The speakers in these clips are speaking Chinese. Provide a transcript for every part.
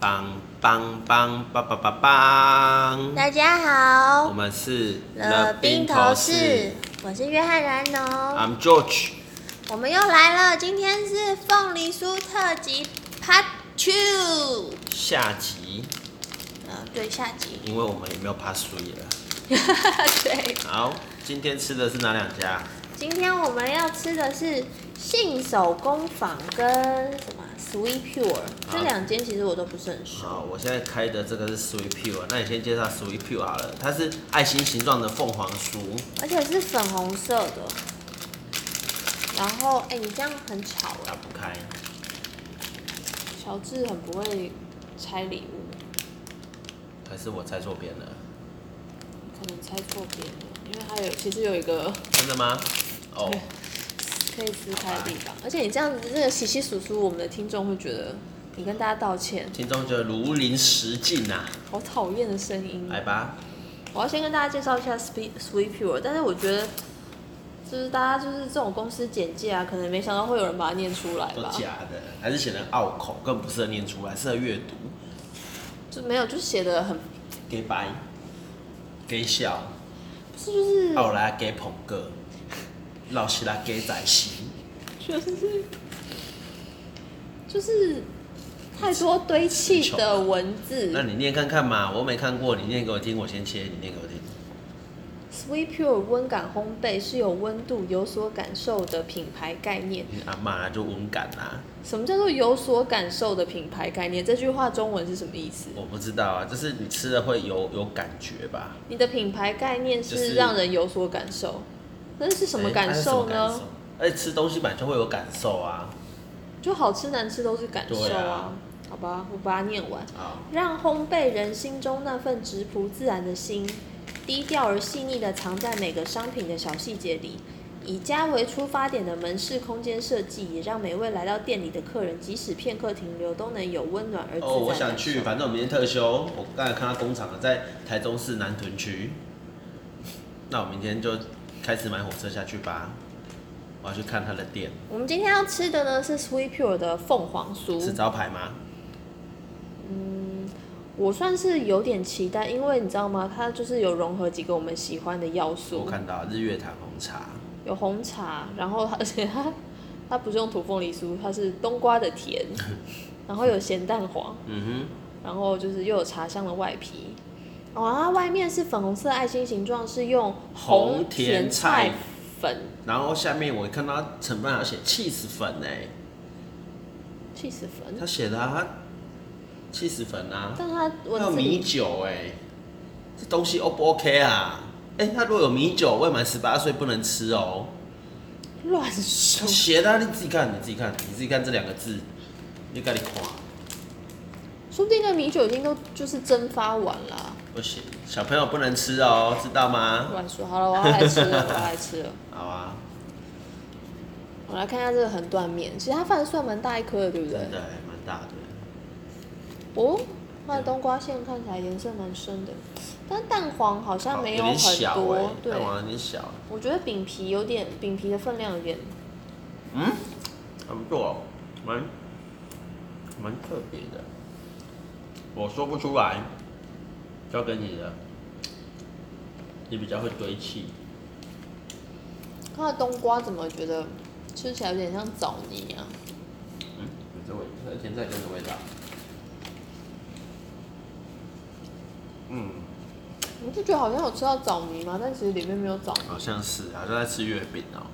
梆梆梆梆梆梆梆，大家我好，们是了冰头士，啊我是约翰然农， ，I'm George。我们又来了，今天是凤梨酥特辑 Part Two，下集，呃，对，下 集，因为我们也没有 pass 输了。对，好，今天吃的是哪两家？今天我们要吃的是信手工坊跟什么 Sweet Pure 好这两间，其实我都不是很熟，好，我现在开的这个是 Sweet Pure，那你先介绍 Sweet Pure 好了，它是爱心形状的凤凰酥，而且是粉红色的，然后，哎、你这样很吵哎、打不开。乔治很不会拆礼物。还是我猜错边了？可能猜错别人，因为它有其实有一个真的吗？ 哦，可以撕开的地方，而且你这样子这个稀稀疏疏，我们的听众会觉得你跟大家道歉，听众就如临实境呐、好讨厌的声音。来吧，我要先跟大家介绍一下 Sweet Sweet Pure，但是我觉得就是大家就是这种公司简介啊，可能没想到会有人把它念出来都吧，假的，还是显得拗口，更不适合念出来，适合阅读。就没有就写的 很给白，给笑，不是就是奥拉给捧个，老希拉给仔西，就是就是太多堆砌的文字，那你念看看嘛，我没看过，你念给我听，我先切，你念给我听。 Sweet Pure 温感烘焙是有温度、有所感受的品牌概念。你阿妈就文感啦、啊，什么叫做有所感受的品牌概念？这句话中文是什么意思？我不知道啊，就是你吃了会有有感觉吧？你的品牌概念就是是让人有所感受，那是什么哎感它是受什么感呢？？而且吃东西本来就会有感受啊。就好吃难吃都是感受对啊啊。好吧，我把它念完。好，让烘焙人心中那份直朴自然的心，低调而细腻地藏在每个商品的小细节里。以家为出发点的门市空间设计，也让每位来到店里的客人，即使片刻停留，都能有温暖哎而自在的感受。哦，我想去，反正我明天特休。我刚才看到工厂了，在台中市南屯区。那我明天就开始买火车下去吧。我要去看他的店，我们今天要吃的呢是 Sweet Pure 的凤凰是酥，招牌吗？我算是有点期待，因为你知道吗？它就是有融合几个我们喜欢的要我素，看到日月潭红茶，有红茶，然后它而且它它不是用土凤梨酥，它是冬瓜的 甜，然后有咸蛋黄，嗯然后就是又有茶香的外皮。哦，它外面是粉红色爱心形状，是用红甜甜菜粉哼，然后下面我看到它成分还有写 cheese 粉哎、 cheese 粉，他写的啊它 cheese 粉啊，但它还文有字米里酒哎、这东西 O 不 OK 啊？哎、他如果有米酒，未满十八岁不能吃哦、乱说他。写的啊、你自己看，你自己看，你自己看这两个字，你赶紧看。说不定那米酒已经都就是蒸发完了。不行，小朋友不能吃哦、知道吗？乱说，好了，我要来吃了，我要来吃了。好啊，我来看一下这个横断面，其实它饭算蛮大一颗的，对不对真？的还蛮大的。哦，它的冬瓜馅看起来颜色蛮深的，但蛋黄好像好没有很点小多。哎、对蛋，黄有点小，我觉得饼皮有点，饼皮的分量有点，嗯，还不错、哦，蛮蛮特别的。我说不出来，交给你了，你比较会堆砌。它的冬瓜怎么觉得吃起来有点像枣泥啊？嗯，有这味，有甜菜根的味道。嗯，你就觉得好像有吃到枣泥吗？但其实里面没有枣泥。好像是，好像在吃月饼哦、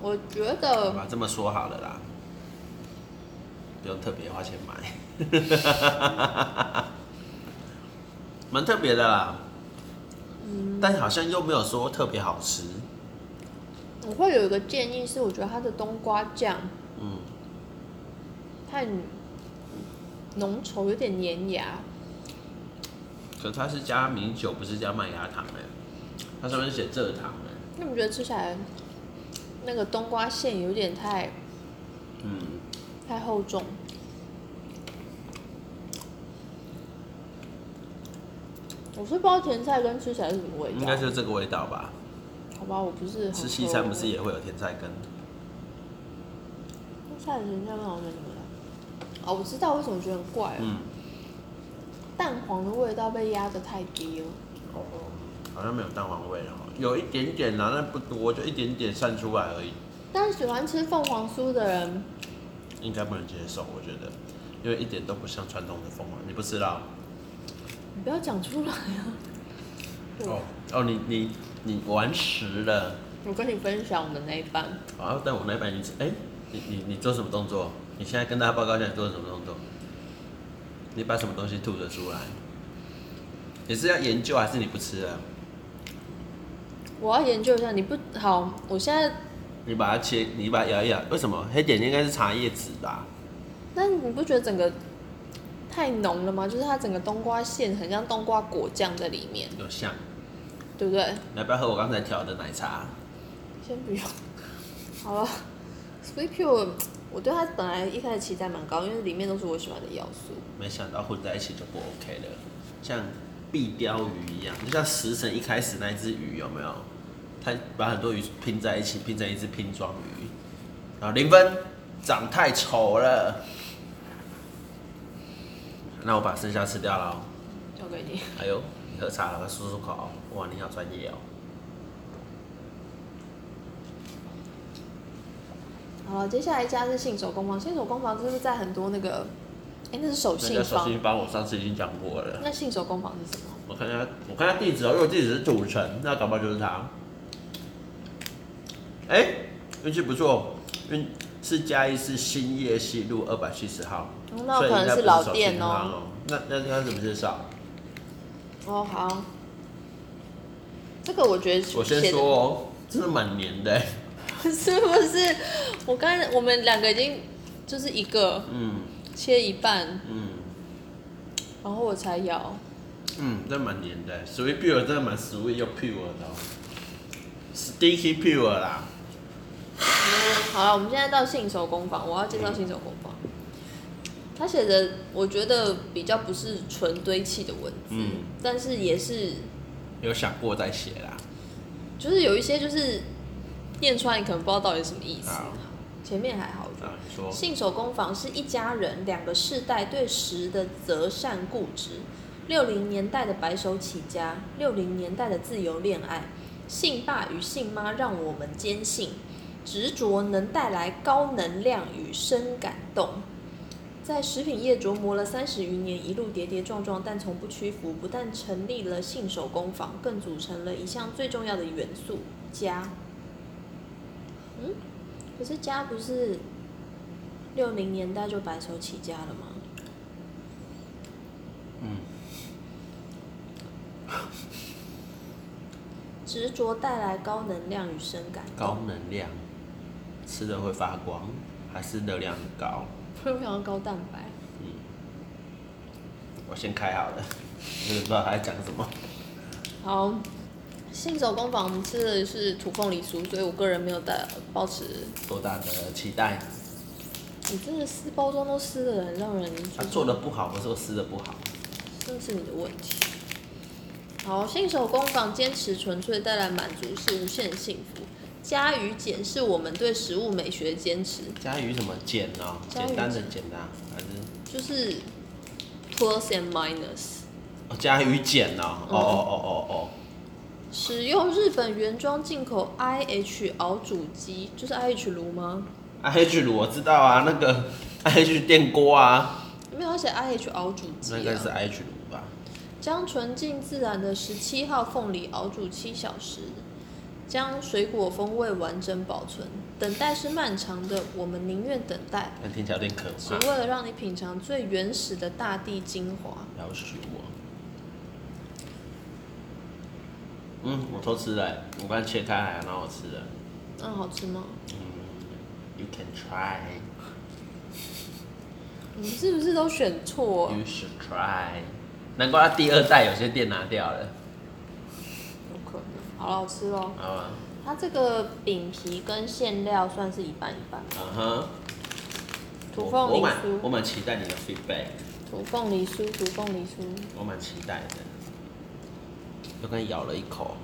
我觉好得吧，这么说好了啦，不用特别花钱买， 蛮特别的啦。但好像又没有说特别好吃。我会有一个建议是，我觉得它的冬瓜酱嗯，太浓稠，有点粘牙。可是它是加米酒，不是加麦芽糖哎、它上面写蔗糖哎、那你觉得吃起来那个冬瓜馅有点太嗯，太厚重？我是不知道甜菜根吃起来是什么味道，应该就这个味道吧。好吧，我不是很吃西餐不是也？也会有甜菜根？那菜的甜菜根好像没什么味道。哦，我知道为什么觉得很怪了，嗯，蛋黄的味道被压得太低了。哦，好像没有蛋黄味了哦，有一点点啦、但不多，就一点点散出来而已，但喜欢吃凤凰酥的人，应该不能接受，我觉得，因为一点都不像传统的凤凰，你不吃啦？你不要讲出来啊！哦我哦，你你你完食了我跟你分享我们那一班，啊？但我那一半已经吃，哎、你你你做什么动作？你现在跟大家报告一下你做了什么动作？你把什么东西吐了出来？你是要研究还是你不吃啊了？我要研究一下。你不好，我现在，你把它切，你把它摇一摇，为什么黑点应该是茶叶籽吧？那你不觉得整个太浓了吗？就是它整个冬瓜馅很像冬瓜果酱在里面，有像，对不对？你要不要喝我刚才调的奶茶？先不用。好了，Sweet Pure，我对它本来一开始期待蛮高，因为里面都是我喜欢的要素。没想到混在一起就不 OK 了，像碧鲷鱼一样，就像食神一开始那一只鱼有没有？他把很多鱼拼在一起，拼成一只拼装鱼，然后零分，长太丑了。那我把剩下吃掉了哦。交给你。哎呦，你喝茶了，快漱漱口哦。哇，你好专业哦。好了，接下来一家是信手工坊，信手工坊就是在很多那个，哎、那是手那家信手坊。心帮我上次已经讲过了。那信手工坊是什么？我看一下，我看一下地址哦，如果地址是土城，那搞不好就是他。哎、运气不错，哦运是嘉义市新业西路二百七十号，哦那所有以应可该不能是是老手机店银行哦、哦。那那那怎么介绍？哦，好。这个我觉得我先写得说哦，真的蛮黏的、 是不是？我刚才我们两个已经就是一个嗯切一半，嗯然后我才咬。嗯，真的蛮黏的、属于 pure 真的蛮 sweet 又 pure 的、哦、，sticky pure 啦。好了，我们现在到信手工坊，我要介绍信手工坊。他写的我觉得比较不是纯堆砌的文字，嗯但是也是有想过再写啦。就是有一些就是念出来你可能不知道到底是什么意思好。前面还好，我觉得啊，你说，信手工坊是一家人两个世代对食的择善固执。六零年代的白手起家，六零年代的自由恋爱，信爸与信妈让我们坚信，执着能带来高能量与深感动。在食品业琢磨了三十余年，一路跌跌撞撞，但从不屈服。不但成立了信手工坊，更组成了一项最重要的元素——家。嗯，可是家不是六零年代就白手起家了吗？嗯，执着带来高能量与深感高动。能量，吃的会发光，还是热量很高？我想要高蛋白。嗯，我先开好了， 我也不知道他在讲什么。好，信手工坊我们吃的是土凤梨酥，所以我个人没有带保持。多大的期待？你真的撕包装都撕的很让人他啊做的不好，不是我吃的不好。这是你的问题。好，信手工坊坚持纯粹带来满足是无限幸福。加与减是我们对食物美学的坚持，加鱼什么简哦？加鱼简单的简啊，还是就是 plus and minus。哦加鱼简哦？哦嗯哦哦哦使用日本原装进口 IH 熬煮机，就是 IH 炉吗？哦，I H 卤我知道啊，那个 I H 电锅啊，没有，它写 IH 熬煮机、那啊。应该是 I H 卤吧？将纯净自然的十七号凤梨熬煮七小时，将水果风味完整保存。等待是漫长的，我们宁愿等待，但听起来有点可只怕为，了让你品尝最原始的大地精华。要许我。嗯，我偷吃了欸，我刚切开来，然后我吃了。嗯那、好吃吗？ You can try. 你们是不是都选错？ You should try. 难怪他第二代有些店拿掉了，有可能。好了，我吃喽。好吗？它这个饼皮跟馅料算是一半一半。嗯哼。土凤我我梨蛮我酥，蛮期待你的 feedback，土凤梨酥，土凤梨酥。我蛮期待的。又刚咬了一口，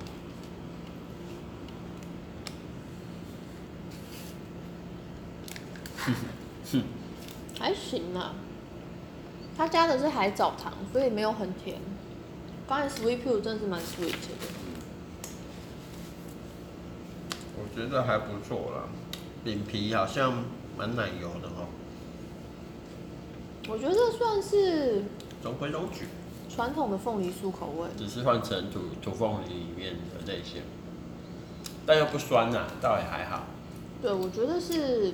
还行啦，他加的是海藻糖，所以没有很甜。刚才 sweet p u 真的是蛮 sweet 的，我觉得还不错啦，饼皮好像蛮奶油的哦，我觉得算是中规中矩，传统的凤梨酥口味。只是换成土土凤梨里面的那些，但又不酸呐、倒也还好，对，我觉得是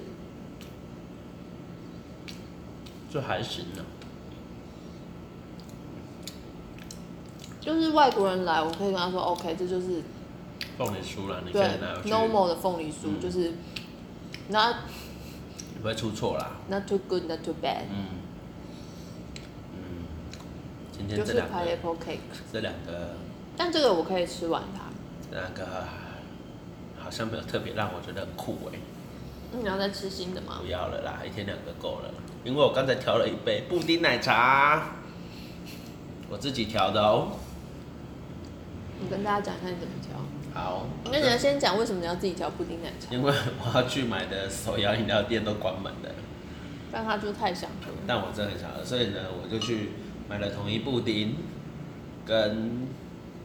就还行啊呢、就是外国人来，我可以跟他说 OK，这就是凤梨酥啦，你可对以拿回去， normal 的凤梨酥，嗯就是 not 你不会出错啦。 not too good not too bad，嗯，嗯，今天就这是两个、 pineapple cake。这两个但这个我可以吃完它，这两个好像没有特别让我觉得很酷哎、嗯你要再吃新的吗不？要了啦，一天两个够了，因为我刚才调了一杯布丁奶茶，我自己调的哦。你跟大家讲一下你怎么挑。好，那你要先讲为什么你要自己调布丁奶茶，因为我要去买的手摇饮料店都关门了，不然它就是太想喝。但我真的很想喝，所以呢，我就去买了统一布丁跟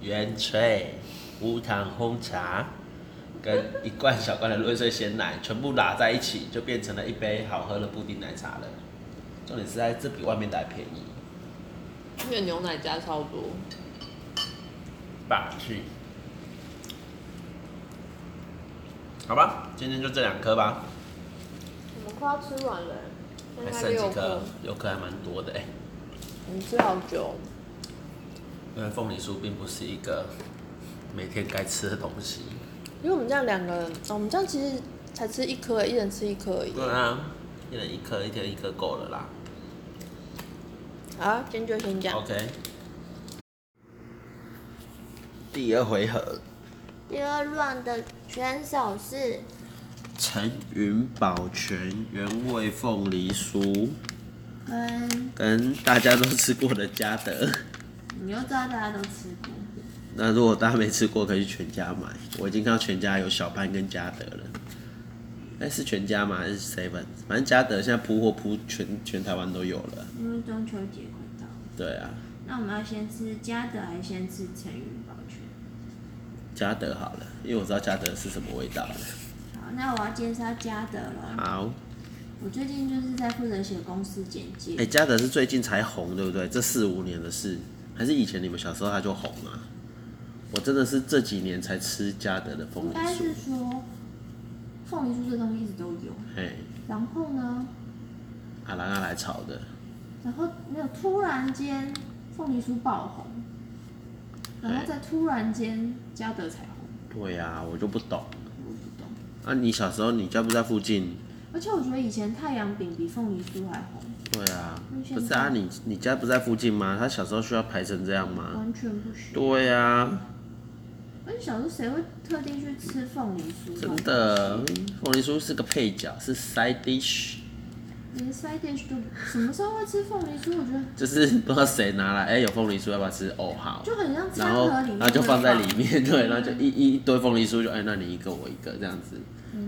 原萃无糖红茶。跟一罐小罐的瑞穗鲜奶全部打在一起，就变成了一杯好喝的布丁奶茶了。重点是在这比外面的还便宜，因为牛奶加超多，霸气。好吧，今天就这两颗吧，我们快要吃完了，还剩几颗？啊六颗还蛮多的哎、你吃好久，因为凤梨酥并不是一个每天该吃的东西。因为我们这样两个人，哦我们这样其实才吃一颗，一人吃一颗而已。对啊，一人一颗，一天一颗够了啦。好，今天就先这样。 OK。第二回合，第二 round 的选手是陈云宝泉原味凤梨酥，跟跟大家都吃过的嘉德。你又知道大家都吃过，那如果大家没吃过，可以去全家买。我已经看到全家有小潘跟嘉德了。那是全家吗？还是 Seven？反正嘉德现在铺货铺全全台湾都有了。因为中秋节快到了。对啊，那我们要先吃嘉德，还是先吃陈云宝泉？嘉德好了，因为我知道嘉德是什么味道了。好，那我要介绍嘉德了。好，我最近就是在负责写公司简哎、介，嘉德是最近才红，对不对？这四五年的事，还是以前你们小时候他就红啊？我真的是这几年才吃嘉德的凤应梨该酥是，说凤梨酥这东西一直都有。嘿，然后呢，阿兰阿来炒的，然后没有突然间凤梨酥爆红，然后再突然间嘉德彩虹，对呀、啊，我就不懂。我不懂。啊，你小时候你家不在附近？而且我觉得以前太阳饼比凤梨酥还红，对啊，现不是在啊，你你家不在附近吗？他小时候需要排成这样吗？完全不行。对啊，而且小时候谁会特地去吃凤梨酥？真的，凤梨酥是个配角，是 side dish，连 side dish 都什么时候会吃凤梨酥？我觉得就是不知道谁拿来，哎、有凤梨酥要不要吃？哦，好，就很像餐然后盒里面，嗯然后就放在里。面，对，然后就一一一堆凤梨酥，就哎，那你一个我一个这样子，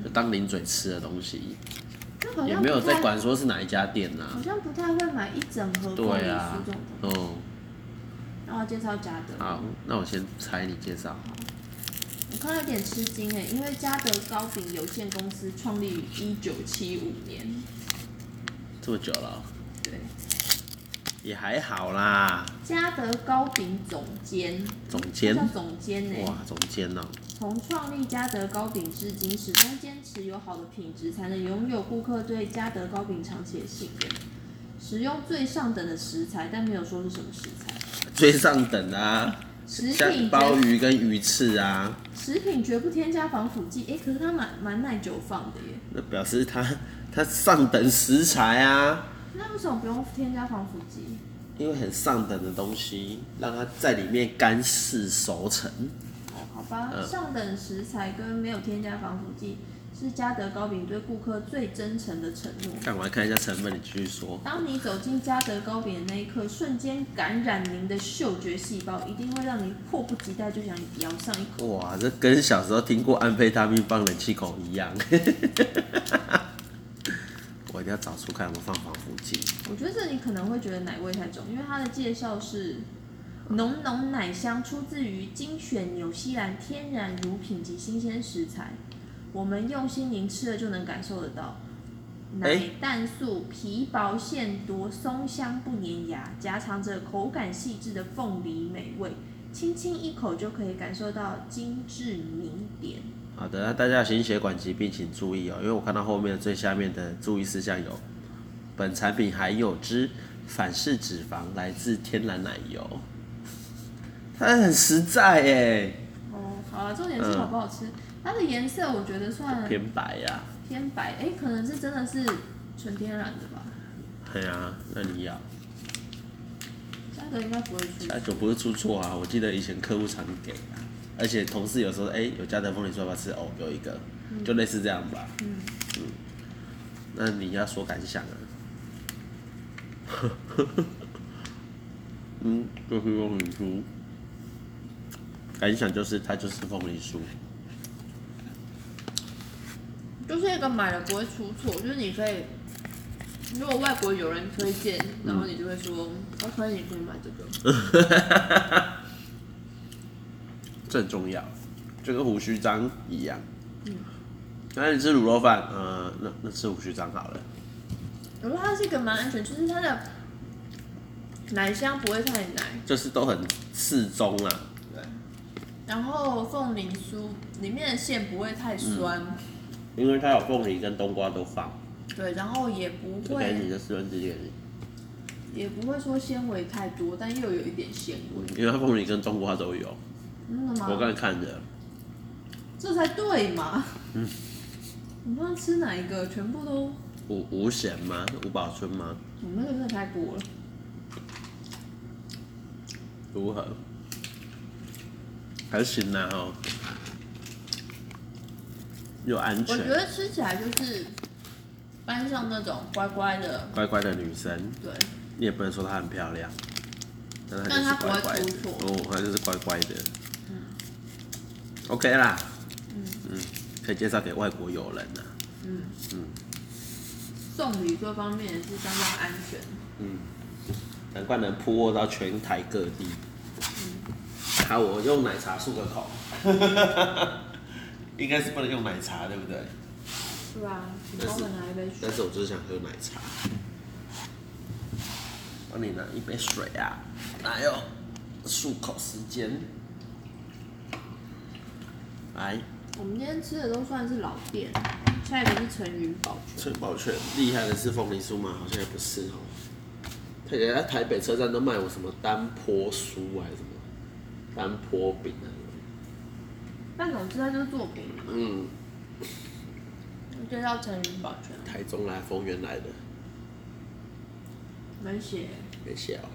就当零嘴吃的东西，就好也像没有嗯哦不太在，管说是哪一家店呐、好像不太会买一整盒凤梨对啊酥这种东西。，哦，然后介绍嘉德，好，那我先猜你介绍，我刚才有点吃惊哎，因为嘉德糕饼有限公司创立于一九七五年，这么久了哦，对，也还好啦，嘉德糕饼总监，总他监，叫总监欸呢。哇，总监哦，从创立嘉德糕饼至今，始终坚持有好的品质，才能拥有顾客对嘉德糕饼长期的信任。使用最上等的食材，但没有说是什么食材。最上等的啊，食像品鲍绝鱼跟鱼翅啊，食品绝不添加防腐剂。哎、可是它蛮蛮耐久放的耶。那表示它它上等食材啊，那为什么不用添加防腐剂？因为很上等的东西，让它在里面干式熟成。哦，好吧，嗯上等食材跟没有添加防腐剂是嘉德糕饼对顾客最真诚的承诺。看，我来看一下成分，你继续说。当你走进嘉德糕饼的那一刻，瞬间感染您的嗅觉细胞，一定会让你迫不及待就想咬上一口。哇，这跟小 时候听过安非他命放冷气孔一样。我一定定要找出看有没有放防腐剂。我觉得这里可能会觉得奶味太重，因为它的介绍是浓浓奶香出自于精选纽西兰天然乳品及新鲜食材，我们用心您吃了就能感受得到。奶哎蛋素皮薄馅多，松香不粘牙，夹藏着口感细致的凤梨美味，轻轻一口就可以感受到精致明点。好的，那大家有心血管疾病请注意哦，因为我看到后面最下面的注意事项有，本产品含有之反式脂肪，来自天然奶油，它很实在耶，哦，好了，重点是嗯好不好吃，它的颜色我觉得算偏白啊呀、偏白，哎，可能是真的是纯天然的吧。啊。哎呀、那你要，价格应该不会出那就不是出错啊，我记得以前客户常给啊，而且同事有时候哎、有加德风你说要不要吃哦，有一个，就类似这样吧。嗯那你要说感想啊？嗯，就是凤梨酥。感想就是它就是凤梨酥，就是一个买了不会出错，就是你可以，如果外国有人推荐，然后你就会说，我可以，你可以买这个。这很重要，就跟胡须章一样。那你吃卤肉饭，呃，那那吃胡须章好了。我觉得它是一个蛮安全，就是它的奶香不会太奶，就是都很适中啊。然后凤梨酥里面的馅不会太酸，因为它有凤梨跟冬瓜都放，对，然后也不就给你会的私人之恋。也不会说纤维太多，但又有一点纤维，因为它凤梨跟冬瓜都有，真的我吗？刚才看的，这才对嘛。嗯你不知道吃哪一个，全部都吴吴贤吗？吴宝春吗？我们那个真的太过了。如何？还行啦哦，又安我觉全，得吃起来就是班上那种乖乖的，乖乖的女生，对，你也不能说她很漂亮，但她就但是她不乖会乖的出，错嗯哦，她就是乖乖的、o k 啦，嗯，可以介绍给外国友人啊。嗯嗯送礼这方面也是相当安全。难怪能铺货到全台各地。好，我用奶茶漱个口。 应该是不能用奶茶，对不对？对啊，你但帮是我拿一杯水但。是我就是想喝奶茶。帮你拿一杯水啊，来哦，漱口时间。来，我们今天吃的都算是老店，下一个是陈云宝泉，翠宝泉厉害的是凤梨酥吗？好像也不是哦。他人家台北车站都卖我什么单坡酥还是什么单坡饼啊？但总之它就是做饼嘛，嗯，就叫陈云宝泉，台中来丰原来的，没写。没写哦。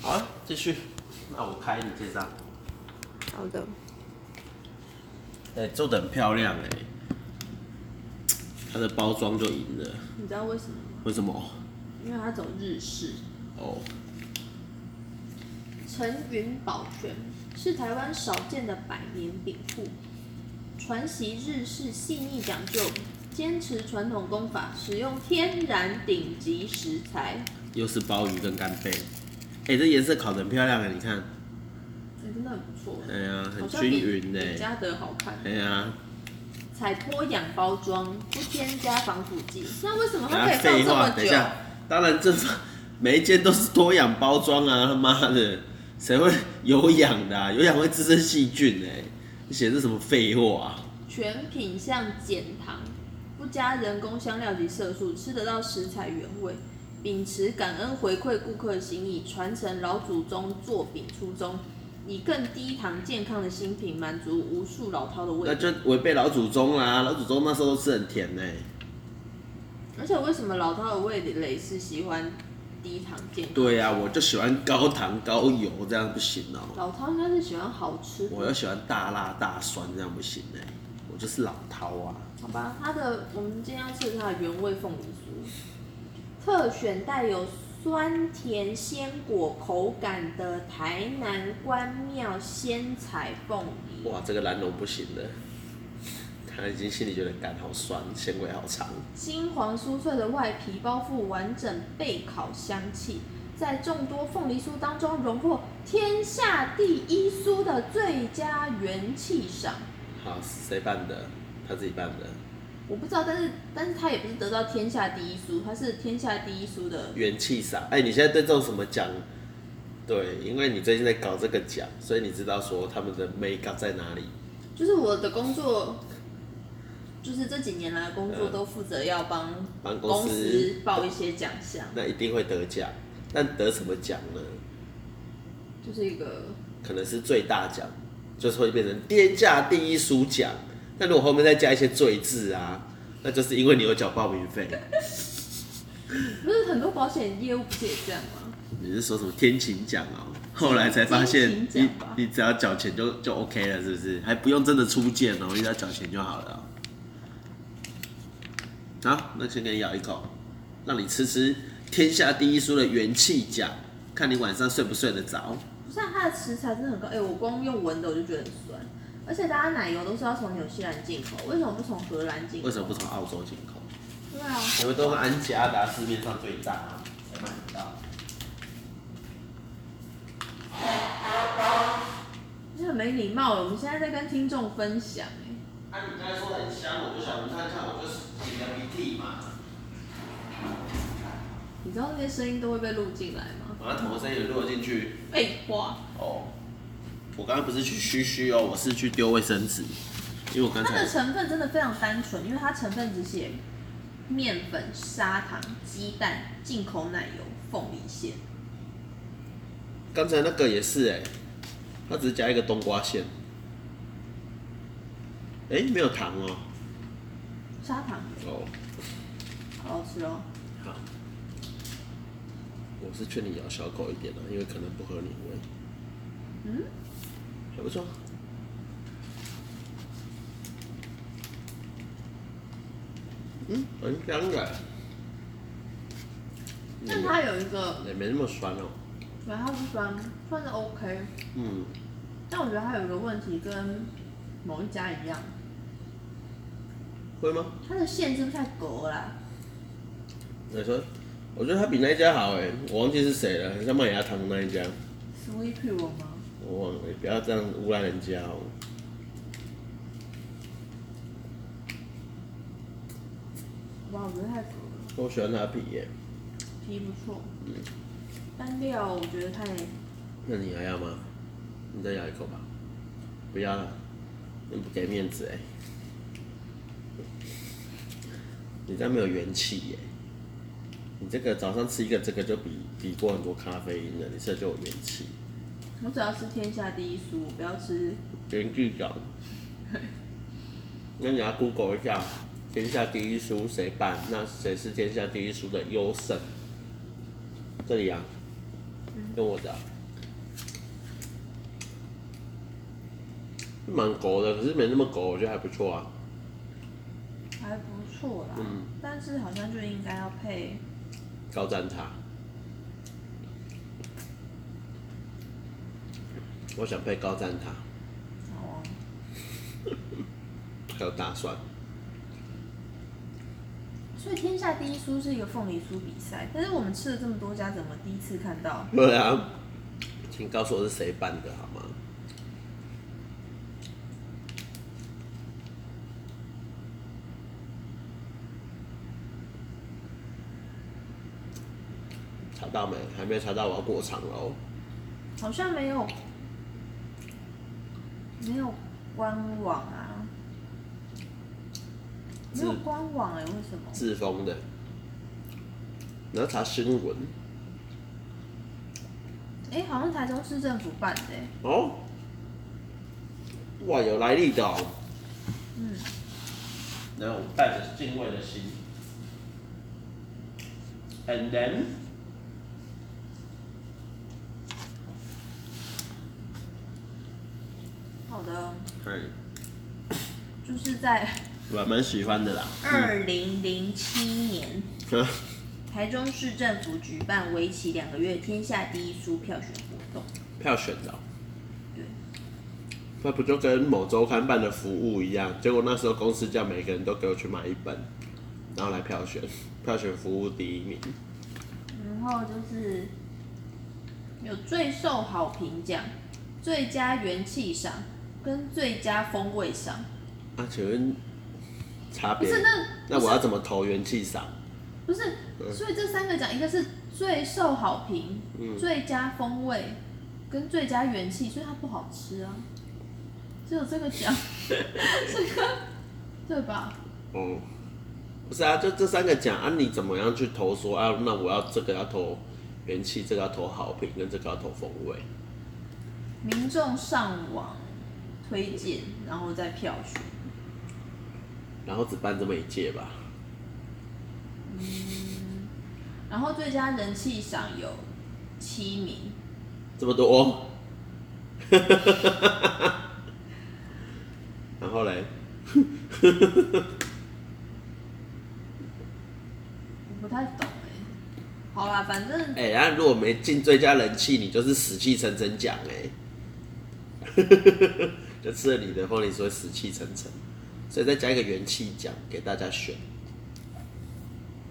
好啊，继续。那我开你这张。好的，哎、做的很漂亮哎、它的包装就赢了。你知道为什么吗？为什么？因为它走日式。哦，陈云宝泉是台湾少见的百年饼铺，传习日式细腻讲究，坚持传统工法，使用天然顶级食材。又是鲍鱼跟干贝。哎、这颜色烤的很漂亮哎、你看。哎、真的很不错，哎呀，很好像均比匀比哎、嘉德好看。哎呀，采脱氧包装，不添加防腐剂。那为什么它啊可以放废这话，么等一久？下，当然这是每一间都是脱氧包装啊，他妈的，谁会有氧的、啊？有氧会滋生细菌哎、你写的是什么废话、啊？全品相减糖，不加人工香料及色素，吃得到食材原味，秉持感恩回馈顾客的心意，传承老祖宗做饼初衷，以更低糖健康的新品满足无数老饕的那胃口。就违背老祖宗啦！老祖宗那时候都吃很甜呢、而且为什么老饕的味蕾是喜欢低糖健康？对呀、啊我就喜欢高糖高油，这样不行哦、老饕应该是喜欢好吃的，我又喜欢大辣大酸，这样不行呢、我就是老饕啊！好吧？它的我们今天要吃的是它的原味凤梨酥，特选带有酸甜鲜果口感的台南关庙鲜采凤梨。哇，这个蓝龙不行的，看了已经心里觉得肝好酸，纤维好长。金黄酥脆的外皮包覆完整焙烤香气，在众多凤梨酥当中荣获天下第一酥的最佳元气赏。好，谁办的？他自己办的。我不知道，但是但是他也不是得到天下第一酥，他是天下第一酥的。元气赏。哎、你现在对这种什么奖？对，因为你最近在搞这个奖，所以你知道说他们的 make up 在哪里。就是我的工作，就是这几年来的工作都负责要帮帮公公司司报一些奖项，那一定会得奖，但得什么奖呢？就是一个可能是最大奖，就是会变成天价第一书奖。但如果后面再加一些罪字啊，那就是因为你有缴报名费。不是很多保险业务不是也这样吗？你是说什么天晴奖啊？后来才发天现晴你奖吧你只要缴钱就就 OK 了，是不是？还不用真的出件哦，你只要缴钱就好了哦、好，那先给你咬一口，让你吃吃天下第一书的元气奖，看你晚上睡不睡得着。不是、啊，它的食材真的很高，哎、我光用闻的我就觉得很酸，而且大家奶油都是要从纽西兰进口，为什么不从荷兰进口？为什么不从澳洲进口？对啊，因为都是安吉阿达市面上最大啊，才买得到。你很没礼貌了。我们现在在跟听众分享、哎，啊，你刚才说很香，我就想看看，我就是擤了鼻涕嘛。你知道那些声音都会被录进来吗？把啊头声音落进去。废话，哦，我刚刚不是去嘘嘘哦，我是去丢卫生纸，因为我刚它才的成分真的非常单纯，因为它成分只写面粉、砂糖、鸡蛋、进口奶油、凤梨馅。刚才那个也是哎、它只是加一个冬瓜馅，哎、没有糖哦，砂糖哦，好好吃哦，好，我是劝你咬小口一点的、啊因为可能不合你胃，嗯，还不错，嗯，很香的，嗯但它有一个，也没那么酸哦，对它不酸，算是 OK，嗯。但我觉得它有一个问题跟某一家一样，会吗？它的馅是不是太啊狗啦？你说，我觉得它比那一家好哎，我忘记是谁了，很像麦芽糖那一家， Sweet p 我吗？我忘了，不要这样污染人家哦。哇，我觉得太狗了，我喜欢它皮耶，皮不错，嗯，单料我觉得太，那你还要吗？你再咬一口吧，不要了，你不给面子哎，你这样没有元气耶。你这个早上吃一个，这个就比比过很多咖啡因了，你这就有元气，我只要吃天下第一酥，我不要吃元气奖。那你要 Google 一下，天下第一书谁办？那谁是天下第一书的优胜？这里啊，用我的啊、蛮狗的，可是没那么狗，我觉得还不错啊。还不错啦，嗯但是好像就应该要配高赞茶，我想配高赞茶，哦，还有大蒜。所以天下第一酥是一个凤梨酥比赛，但是我们吃了这么多家，怎么第一次看到？对啊，请告诉我是谁办的好吗？查到没？还没查到，我要过场哦喽。好像没有没有官网啊，没有是官网哎、为什么？自封的，你要查新闻哎、好像台中市政府办的、欸，哦。哇，有来历的、哦。嗯，然后带着敬畏的心，and then，好的，对，就是在我蛮喜欢的啦。 二零零七年。嗯台中市政府举办为期两个月“天下第一书”票选活动，票选的哦、对，那不就跟某周刊办的服务一样？结果那时候公司叫每个人都给我去买一本，然后来票选，票选服务第一名。然后就是有最受好评奖、最佳元气赏跟最佳风味赏。啊，请问差别？不是那那我要怎么投元气赏？不是，所以这三个奖，一个是最受好评、最佳风味跟最佳元气，所以它不好吃啊，只有这个奖，这个对吧？哦，不是啊，就这三个奖啊，你怎么样去投说啊？那我要这个要投元气，这个要投好评，跟这个要投风味。民众上网推荐，然后再票选。然后只办这么一届吧。然后最佳人气赏有七名，这么多。哦 然后嘞，我不太懂哎、好啦，反正哎、那如果没进最佳人气，你就是死气沉沉奖哎、 就吃了你的凤梨酥，死气沉沉，所以再加一个元气奖给大家选。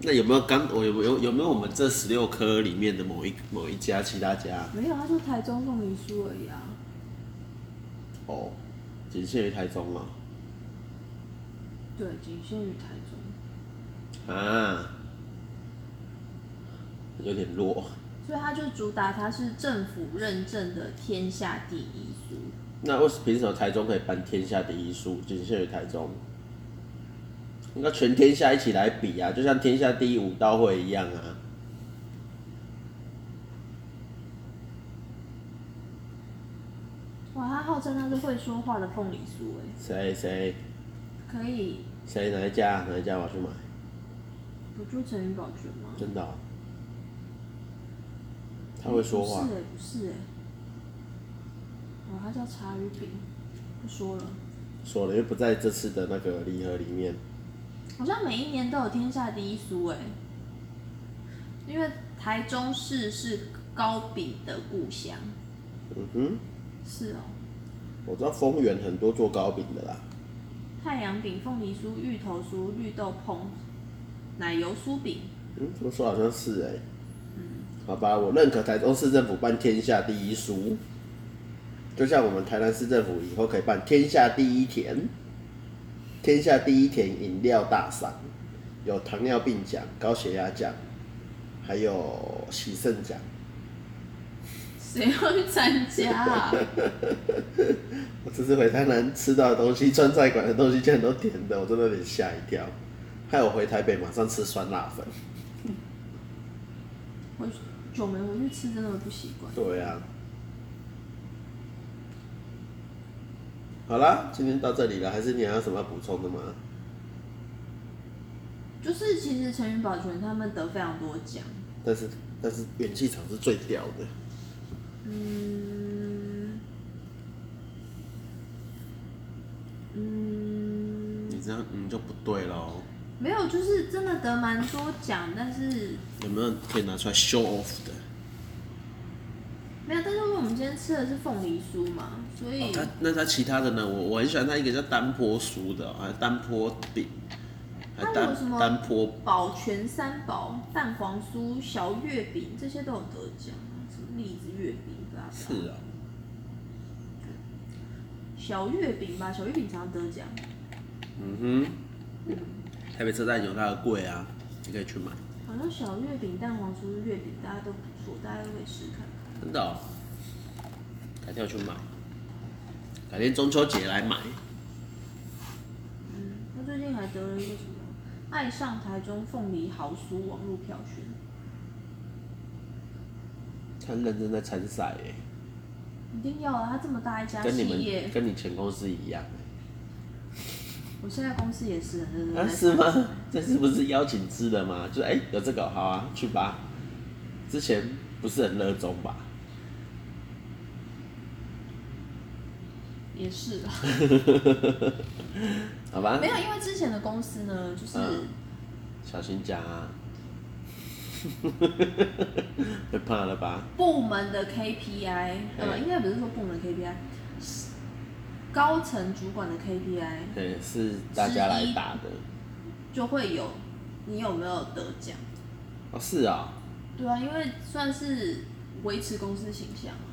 那有没有刚我有没有有没有我们这十六颗里面的某一某一家其他家没有，他就台中凤梨酥而已啊。哦，仅限于台中啊对，仅限于台中。啊，有点弱。所以它就主打它是政府认证的天下第一酥，那为什凭什么台中可以颁天下第一书，仅限于台中？应该全天下一起来比啊，就像天下第一武道会一样啊。哇，它号称它是会说话的凤梨酥，哎，谁谁可以谁哪一家哪一家我要去买？不住成语保全吗？真的哦、他会说话不是哎、不是哎、哦，它叫茶鱼饼，不说了，说了，又不在这次的那个礼盒里面。好像每一年都有天下第一酥，哎，因为台中市是糕饼的故乡，嗯哼，是哦，我知道丰原很多做糕饼的啦，太阳饼、凤梨酥、芋头酥、绿豆椪、奶油酥饼。嗯，怎么说好像是哎、好吧，我认可台中市政府办天下第一书，就像我们台南市政府以后可以办天下第一甜，天下第一甜饮料大赏，有糖尿病奖、高血压奖，还有喜肾奖。谁要去参加、 啊？我这次回台南吃到的东西，川菜馆的东西竟然都甜的，我真的有点吓一跳。害我回台北马上吃酸辣粉。我久没回去吃，真的不习惯。对啊。好啦，今天到这里了，还是你还有什么要补充的吗？就是其实陈云宝泉他们得非常多奖，但是但是元气场是最屌的，嗯嗯，你这样你就不对喽。没有，就是真的得蛮多奖，但是有没有可以拿出来 show off 的？没有，但是因为我们今天吃的是凤梨酥嘛，所哦以、它那它其他的呢？我我很喜欢它一个叫单坡酥的，哦还有单坡饼，还它有什单么单坡保全三宝、蛋黄酥、小月饼这些都有得奖，什么栗子月饼吧，是啊，小月饼吧，小月饼常常得奖。嗯哼，台北车站有它的柜啊，你可以去买。好像小月饼、蛋黄酥月饼，大家都不错，大家都可以试看看。真的、哦，改天我去买，改天中秋节来买。嗯，他最近还得了一个什么“爱上台中凤梨豪酥”网络票选，他认真在参赛耶，一定要啊！他这么大一家跟你企们业，跟你前公司一样我现在公司也是很认哎。啊，真在是吗？ 这次不是邀请制的吗？就是哎、有这个好啊，去吧。之前不是很热衷吧？也是啊，好吧没，有，因为之前的公司呢，就是、嗯小心讲 啊， 会怕了吧？部门的 KPI，呃，嗯应该不是说部门 KPI，高层主管的 KPI 对，是大家来打的。就会有你有没有得奖。哦，是啊、对啊，因为算是维持公司形象啊。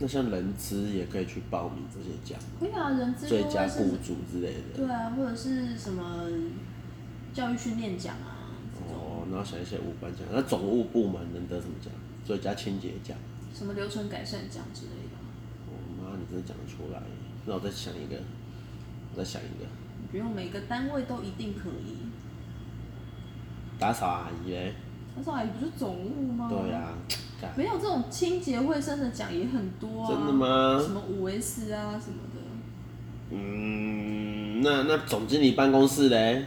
那像人资也可以去报名这些奖，可以啊，人资就最佳会雇是主之类的。对啊，或者是什么教育训练奖啊这种，哦，然后想一些五官奖，那总务部门能得什么奖？最佳清洁奖。什么流程改善奖之类的，啊我、妈，你真的讲得出来？那我再想一个，我再想一个。不用每个单位都一定可以。打扫阿姨嘞？那少阿姨哎不是总务吗？对啊呀、干没有这种清洁卫生的奖也很多啊。真的？吗？什么五 S 啊什么的，嗯，那那总经理办公室嘞，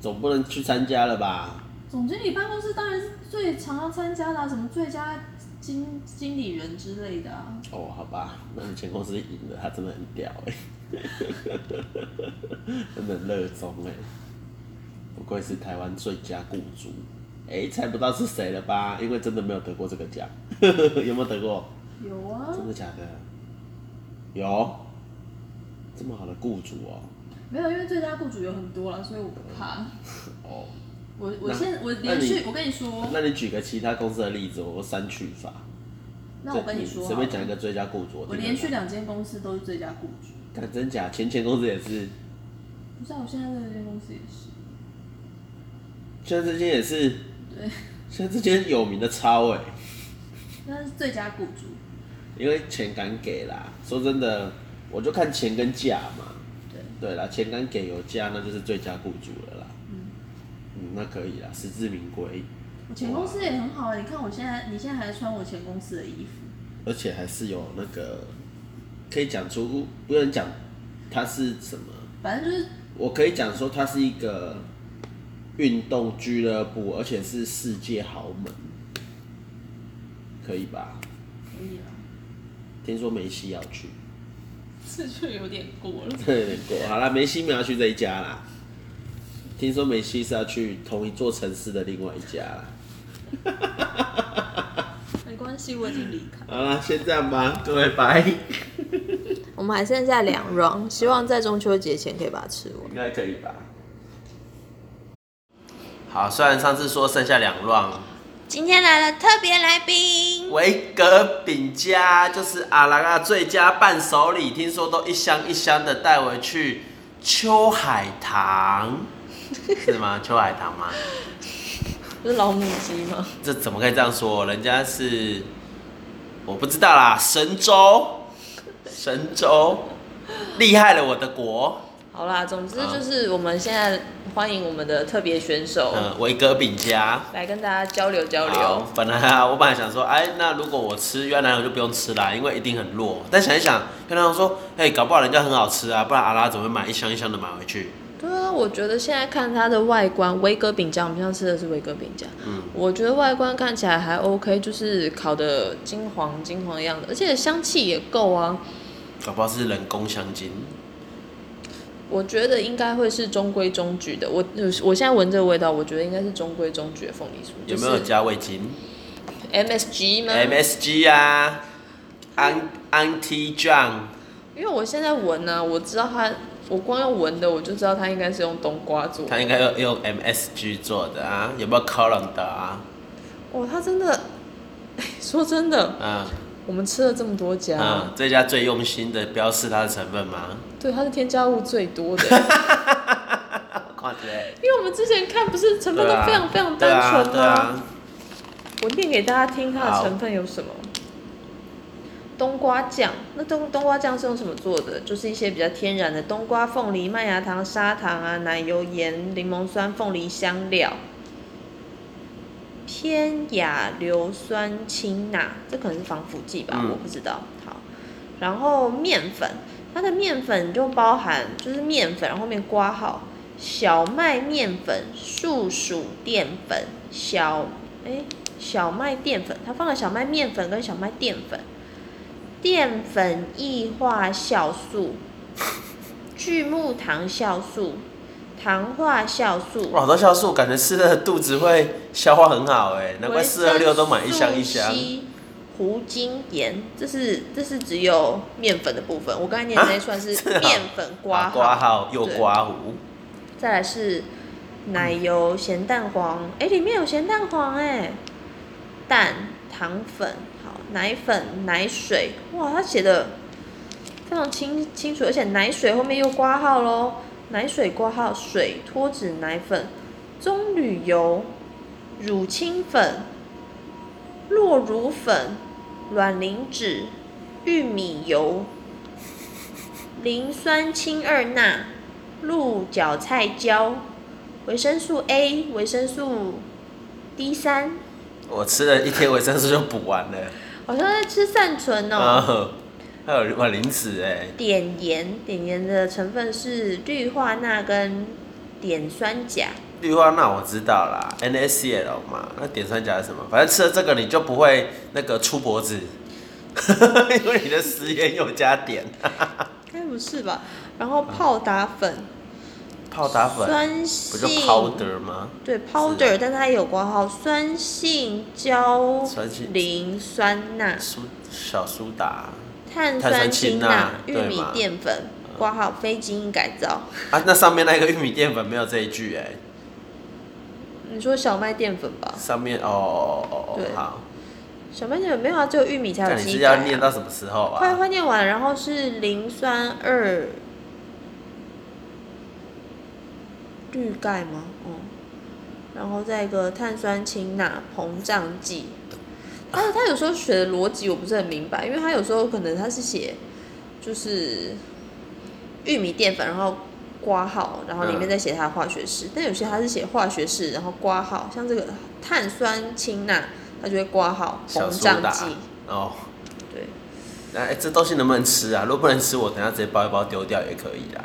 总不能去参加了吧？总经理办公室当然是最常要参加的、啊，什么最佳经经理人之类的啊。哦，好吧，那你前公司赢了，他真的很屌哎、真的很热衷哎、不愧是台湾最佳雇主。哎、猜不到是谁了吧？因为真的没有得过这个奖， 有没有得过？有啊，真的假的？有，这么好的雇主哦、没有，因为最佳雇主有很多了，所以我不怕。哦，我我那现我那连你续，我跟你说，那你举个其他公司的例子，我删去法。那我跟你说，随便讲一个，最佳雇主，我听看连续看，两间公司都是最佳雇主。看真假，前前公司也是，不是啊，我现在这间公司也是。现在这间也是，对，现在这间有名的超哎、那是最佳雇主。因为钱敢给啦。说真的，我就看钱跟价嘛。对，对啦，钱敢给有价，那就是最佳雇主了啦。嗯嗯，那可以啦，实至名归，我前公司也很好啊、你看我现在，你现在还穿我前公司的衣服。而且还是有那个可以讲出，不能讲它是什么。反正就是我可以讲说，它是一个运动俱乐部，而且是世界豪门，可以吧？可以了，听说梅西要去，这就有点过了。 对，好啦，梅西没有要去这一家啦。听说梅西是要去同一座城市的另外一家啦。没关系，我已经离开。好啦，先这样吧，各位拜，我们还剩下两 round，希望在中秋节前可以把它吃完。应该可以吧？好，虽然上次说剩下两 round，今天来了特别来宾，维格饼家就是阿拉啊最佳伴手礼，听说都一箱一箱的带回去。秋海棠是吗？秋海棠吗？不是老母鸡吗？这怎么可以这样说？人家是我不知道啦，神州，神州厉害了我的国。好啦，总之就是我们现在欢迎我们的特别选手、嗯，维格饼家。来跟大家交流交好流。，本来啊，我本来想说，哎，那如果我吃越南我就不用吃啦，因为一定很弱。但想一想，越南我说，哎、搞不好人家很好吃啊，不然阿拉怎么会买一箱一箱的买回去？对啊，我觉得现在看它的外观，维格饼夹，我们上次吃的是维格饼夹，嗯，我觉得外观看起来还 OK，就是烤的金黄金黄的样子，而且香气也够啊。搞不好是人工香精。我觉得应该会是中规中矩的。我呃我现在闻这个味道，我觉得应该是中规中矩的呃凤梨酥，有就没有是加味精 MSG 吗？ ？MSG 啊，An Anti John，因为我现在闻呢、我知道它，我光用闻的我就知道它应该是用冬瓜做的。它应该用用 MSG 做的啊，有没有 c o l o n 的啊？哇，哦它真的，哎说真的，嗯我们吃了这么多家，嗯，这家最用心的标示它的成分吗？对，它的添加物最多的。看起来，因为我们之前看不是成对分都啊非常非常单纯对吗？啊对啊我念给大家听它的好成分有什么。冬瓜酱，那冬冬瓜酱是用什么做的？就是一些比较天然的冬瓜、凤梨、麦芽糖、砂糖啊、奶油、盐、柠檬酸、凤梨香料。偏亚硫酸氢钠，这可能是防腐剂吧，嗯我不知道。好，然后面粉，它的面粉就包含就是面粉，然后后面挂号小麦面粉、树薯淀粉、小哎小麦淀粉，它放了小麦面粉跟小麦淀粉，淀粉异化酵素、聚木糖酵素、糖化酵素、啊哇，好多酵素，欸感觉吃了肚子会消化很好哎，难怪四二六都买一箱一箱维生。素 C 糊精盐，这是这是只有面粉的部分。我刚才念的那一串 是是啊面粉刮啊刮好，号又对刮胡，再来是奶油、咸蛋黄，哎、里面有咸蛋黄哎、蛋、糖粉，好，奶粉、奶水，哇，它写的非常清清楚，而且奶水后面又挂号喽，奶水挂号，水、脱脂奶粉、棕榈油、乳清粉、落乳粉、卵磷脂、玉米油、磷酸氢二钠、鹿角菜胶、维生素 A、维生素 D 三，我吃了一天维生素就补完了。好像在吃善存哦。啊，还有卵磷脂哎，碘盐，碘盐的成分是氯化钠跟碘酸钾。氯化钠我知道啦，NaCl 嘛，那碘酸钾是什么？反正吃了这个你就不会那个出脖子， 因为你的食盐有加碘。该不是吧？然后泡打粉，泡打粉酸不就性 powder 吗？对 powder，但它也有挂号酸性胶酸性磷酸钠、苏小苏打碳碳酸氢氢钠玉对米嘛嗯淀粉，挂号非基因改造。啊，那上面那个玉米淀粉没有这一句哎，你说小麦淀粉吧？上面哦哦哦哦对好，小麦淀粉没有啊，只有玉米才有那你机是改啊、要念到什么时候快啊？快念完，然后是磷酸二氯钙吗？哦，然后再一个碳酸氢钠膨胀剂。他他有时候写的逻辑我不是很明白，因为他有时候可能他是写就是玉米淀粉，然后挂号，然后里面嗯再写它的化学式，但有些他是写化学式，然后挂号，像这个碳酸氢钠，它就会挂号膨小苏胀打剂，哦。对。哎、这东西能不能吃啊？如果不能吃，我等下直接包一包丢掉也可以啦。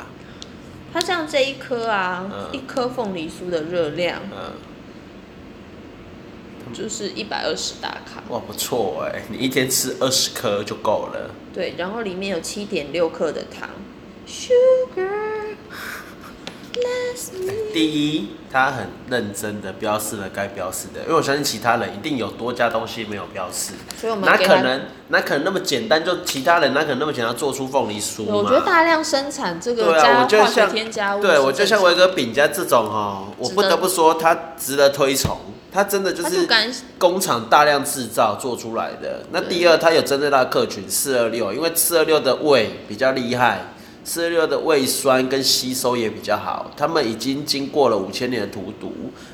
它像这一颗啊，嗯一颗凤梨酥的热量嗯，就是一百二十大卡，哇，不错哎、你一天吃二十颗就够了。对，然后里面有七点六克的糖，sugar。第一，它很认真的标示了该标示的，因为我相信其他人一定有多加东西没有标示，所以我们哪给可它能哪可能那么简单？就其他人哪可能那么简单做出凤梨酥对嘛？我觉得大量生产这对个啊，加我就化学像添加物是正常，对我就像维格饼家这种哦，我值不得得不说它值得推崇，它真的就它是就敢工厂大量制造做出来的。那第二，它有针对它的客群四二六，因为四二六的胃比较厉害，四二六的胃酸跟吸收也比较好。他们已经经过了五千年的荼毒，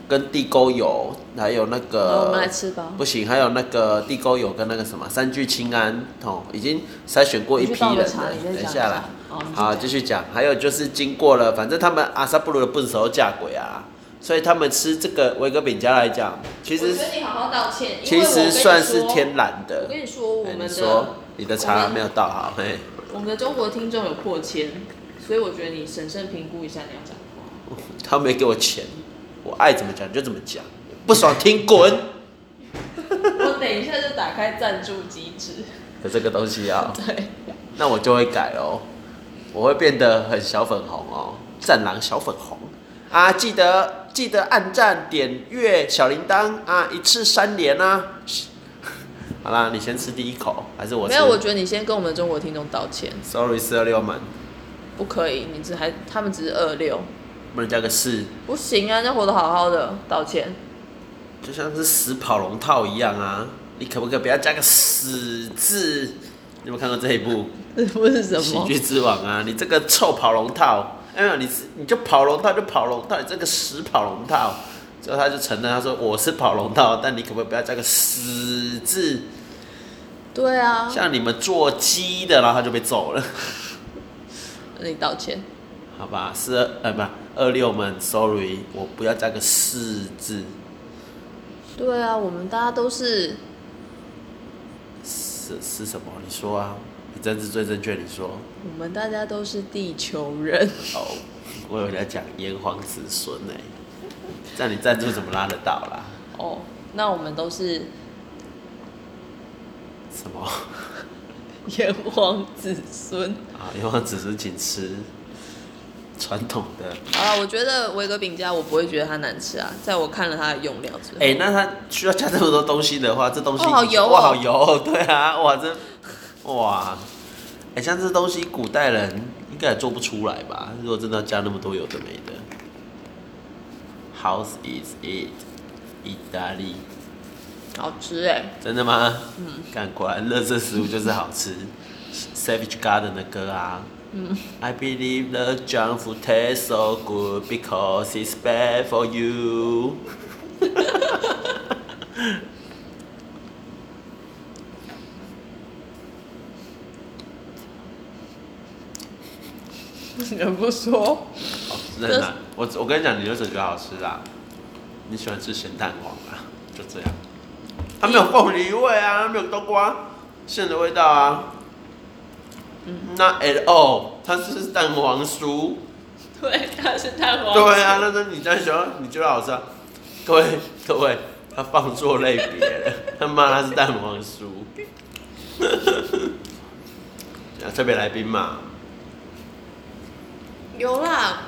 跟地沟油，还有那好哦我们个来吃吧，呃不行，还有那个地沟油跟那个什么三聚氰胺，哦，已经筛选过一批人你去倒个了茶你。再等一讲一下下啦哦你，好，继续讲。还有就是经过了，反正他们阿萨布鲁的笨手嫁鬼啊，所以他们吃这个维格饼家来讲，其实你好好道歉其实算是天。然的。你说，我哎你说你的茶没有倒好，嘿，我们的中国听众有破千，所以我觉得你审慎评估一下你要讲话。他没给我钱，我爱怎么讲就怎么讲，不爽听滚。我等一下就打开赞助机制。有这个东西啊、 对，那我就会改哦，我会变得很小粉红哦，战狼小粉红啊！记得记得按赞、点阅、小铃铛啊，一次三连啊！ 好啦，你先吃第一口，还是我吃？没有，我觉得你先跟我们中国听众道歉， Sorry，四二六们，不可以，你只还他们只是二六，不能加个四，不行啊，人家活得好好的，道歉。就像是死跑龙套一样啊！你可不可以不要加个死字？你有没有看过这一部？这 不是什喜么？剧之王啊！你这个臭跑龙套，哎呀，你是你就跑龙套就跑龙套，你这个死跑龙套。之后他就承认，他说我是跑龙套，但你可不可以不要加个死字？对啊，像你们做鸡的，然后他就被揍了，你道歉。好吧？四二呃不二六们，sorry，我不要加个四字，对啊，我们大家都是是是什么？你说啊，你真是最正确，你说。我们大家都是地球人，哦，我有在讲炎黄子孙呢、这样你赞助怎么拉得到啦？哦，那我们都 是什么？炎黄子孙。啊，炎黄子孙请吃。传统的。好了，我觉得维格饼家我不会觉得它难吃啊，在我看了它的用料之后，哎、那它需要加这么多东西的话，这东西哦好油哦哇，好油哦、 对啊，哇这哇，哎、像这东西古代人应该也做不出来吧？如果真的要加那么多有的没的，House is it，意大利。好吃哎、真的吗？嗯，干果然，乐色食物就是好吃。Savage Garden 的歌啊，嗯，I believe the junk food tastes so good because it's bad for you 忍不说， 哦。真的啊，我我跟你讲，你就是觉得好吃啦。你喜欢吃咸蛋黄啊？就这样。它没有凤梨味啊，它没有冬瓜馅的味道啊。Not at all，它是蛋黄酥。对，它是蛋 黄对啊，那那你这样想，你觉得好吃啊？各位各位，他放错类别了，他骂他是蛋黄酥。 啊，特别来宾嘛，有啦，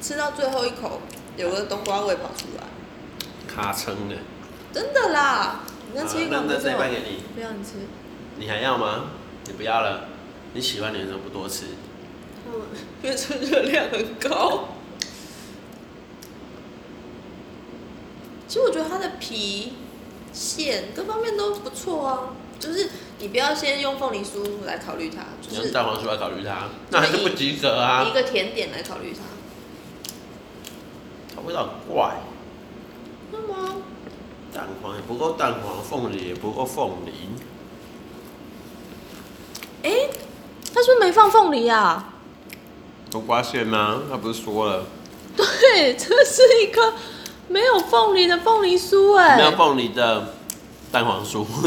吃到最后一口有个冬瓜味跑出来，卡称的。啊真的啦，你再吃一口好那你那就知这一道半给你，不要你吃，你还要吗？你不要了，你喜欢你为什么不多吃？嗯，因为这热量很高。其实我觉得它的皮、馅各方面都不错啊，就是你不要先用凤梨酥来考虑它，就你用是蛋黄酥来考虑它，那还是不及格一啊。个甜点来考虑它。它味道很怪，那么蛋黄也不够蛋黄，凤梨也不够凤梨。他是不是没放凤梨啊？冬瓜馅吗？他不是说了， 对，这是一个没有凤梨的凤梨酥哎、没有凤梨的蛋黄酥。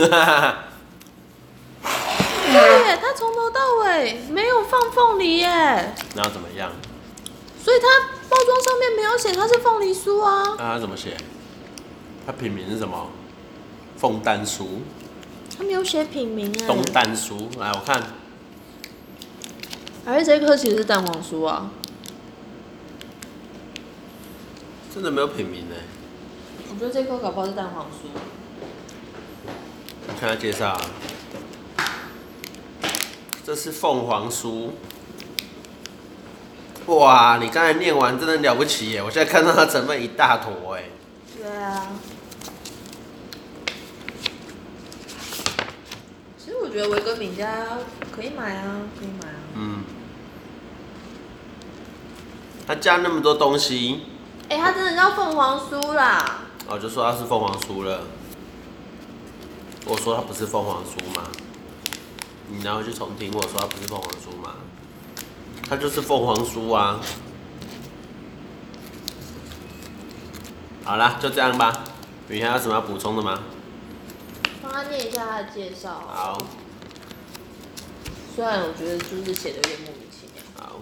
对，他从头到尾没有放凤梨耶，然后怎么样？所以它包装上面没有写它是凤梨酥啊，那它怎么写？它品名是什么？凤丹酥、它没有写品名东哎。丹酥。来，我看还是这颗其实是蛋黄酥啊？真的没有品名呢。我觉得这颗搞不好是蛋黄酥。你看它介绍、啊，这是凤凰酥。哇，你刚才念完真的了不起耶！我现在看到它成分一大坨哎。对啊。其实我觉得维格饼家可以买啊，可以买啊。嗯，它加那么多东西，哎、它真的叫凤凰酥啦。我哦就说它是凤凰酥了。我说它不是凤凰酥吗？你然后去重听我说它不是凤凰酥吗？它就是凤凰酥啊。好啦，就这样吧。雨涵有什么要补充的吗？帮他念一下他的介绍啊。好，虽然我觉得就是写的有点莫名其妙。好，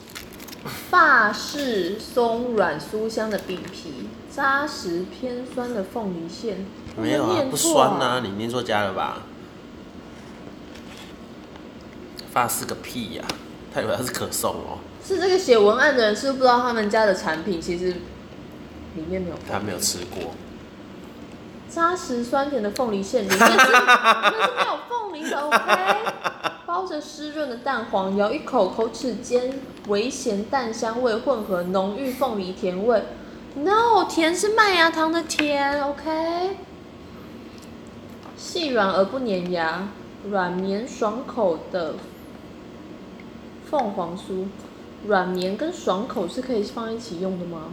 法式松软酥香的饼皮，扎实偏酸的凤梨馅。没有我啊念，不错酸呐、啊，你念错家了吧？发是个屁呀、他以为他是可颂哦，是这个写文案的人是不是不知道他们家的产品其实里面没有他没有吃过。扎实酸甜的凤梨馅，里面是 里面是没有凤梨的，OK？包着湿润的蛋黄，咬一口，口齿间微咸蛋香味混合浓郁凤梨甜味。No，甜是麦芽糖的甜，OK？细软而不粘牙，软绵爽口的凤凰酥，软绵跟爽口是可以放一起用的吗？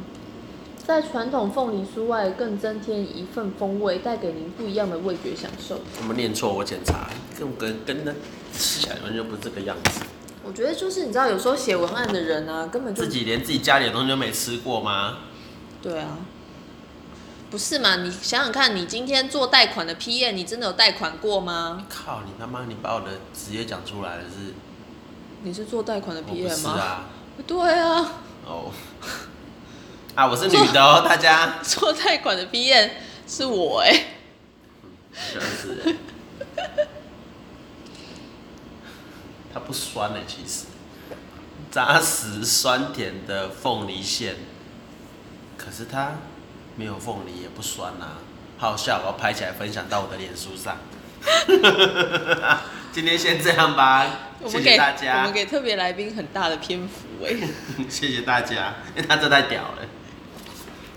在传统凤梨酥外，更增添一份风味，带给您不一样的味觉享受。我们念错，我检查，跟跟跟那吃起来完全不是这个样子。我觉得就是你知道，有时候写文案的人啊，根本就自己连自己家里的东西都没吃过吗？对啊，不是嘛？你想想看，你今天做贷款的 P E M，你真的有贷款过吗？靠你他妈！你把我的职业讲出来了是？你是做贷款的我 P 不 M 是吗？啊，对啊， 哦， 啊，我是女的哦，大家。做贷款的 P M 是我哎、真是。它不酸呢、其实，欸扎实酸甜的凤梨馅，可是它没有凤梨也不酸啊。好笑，我要拍起来分享到我的脸书上。 今天先这样吧，我谢们谢给大我家 们，给特别来宾很大的篇幅哎、谢谢大家，因为他这太屌了。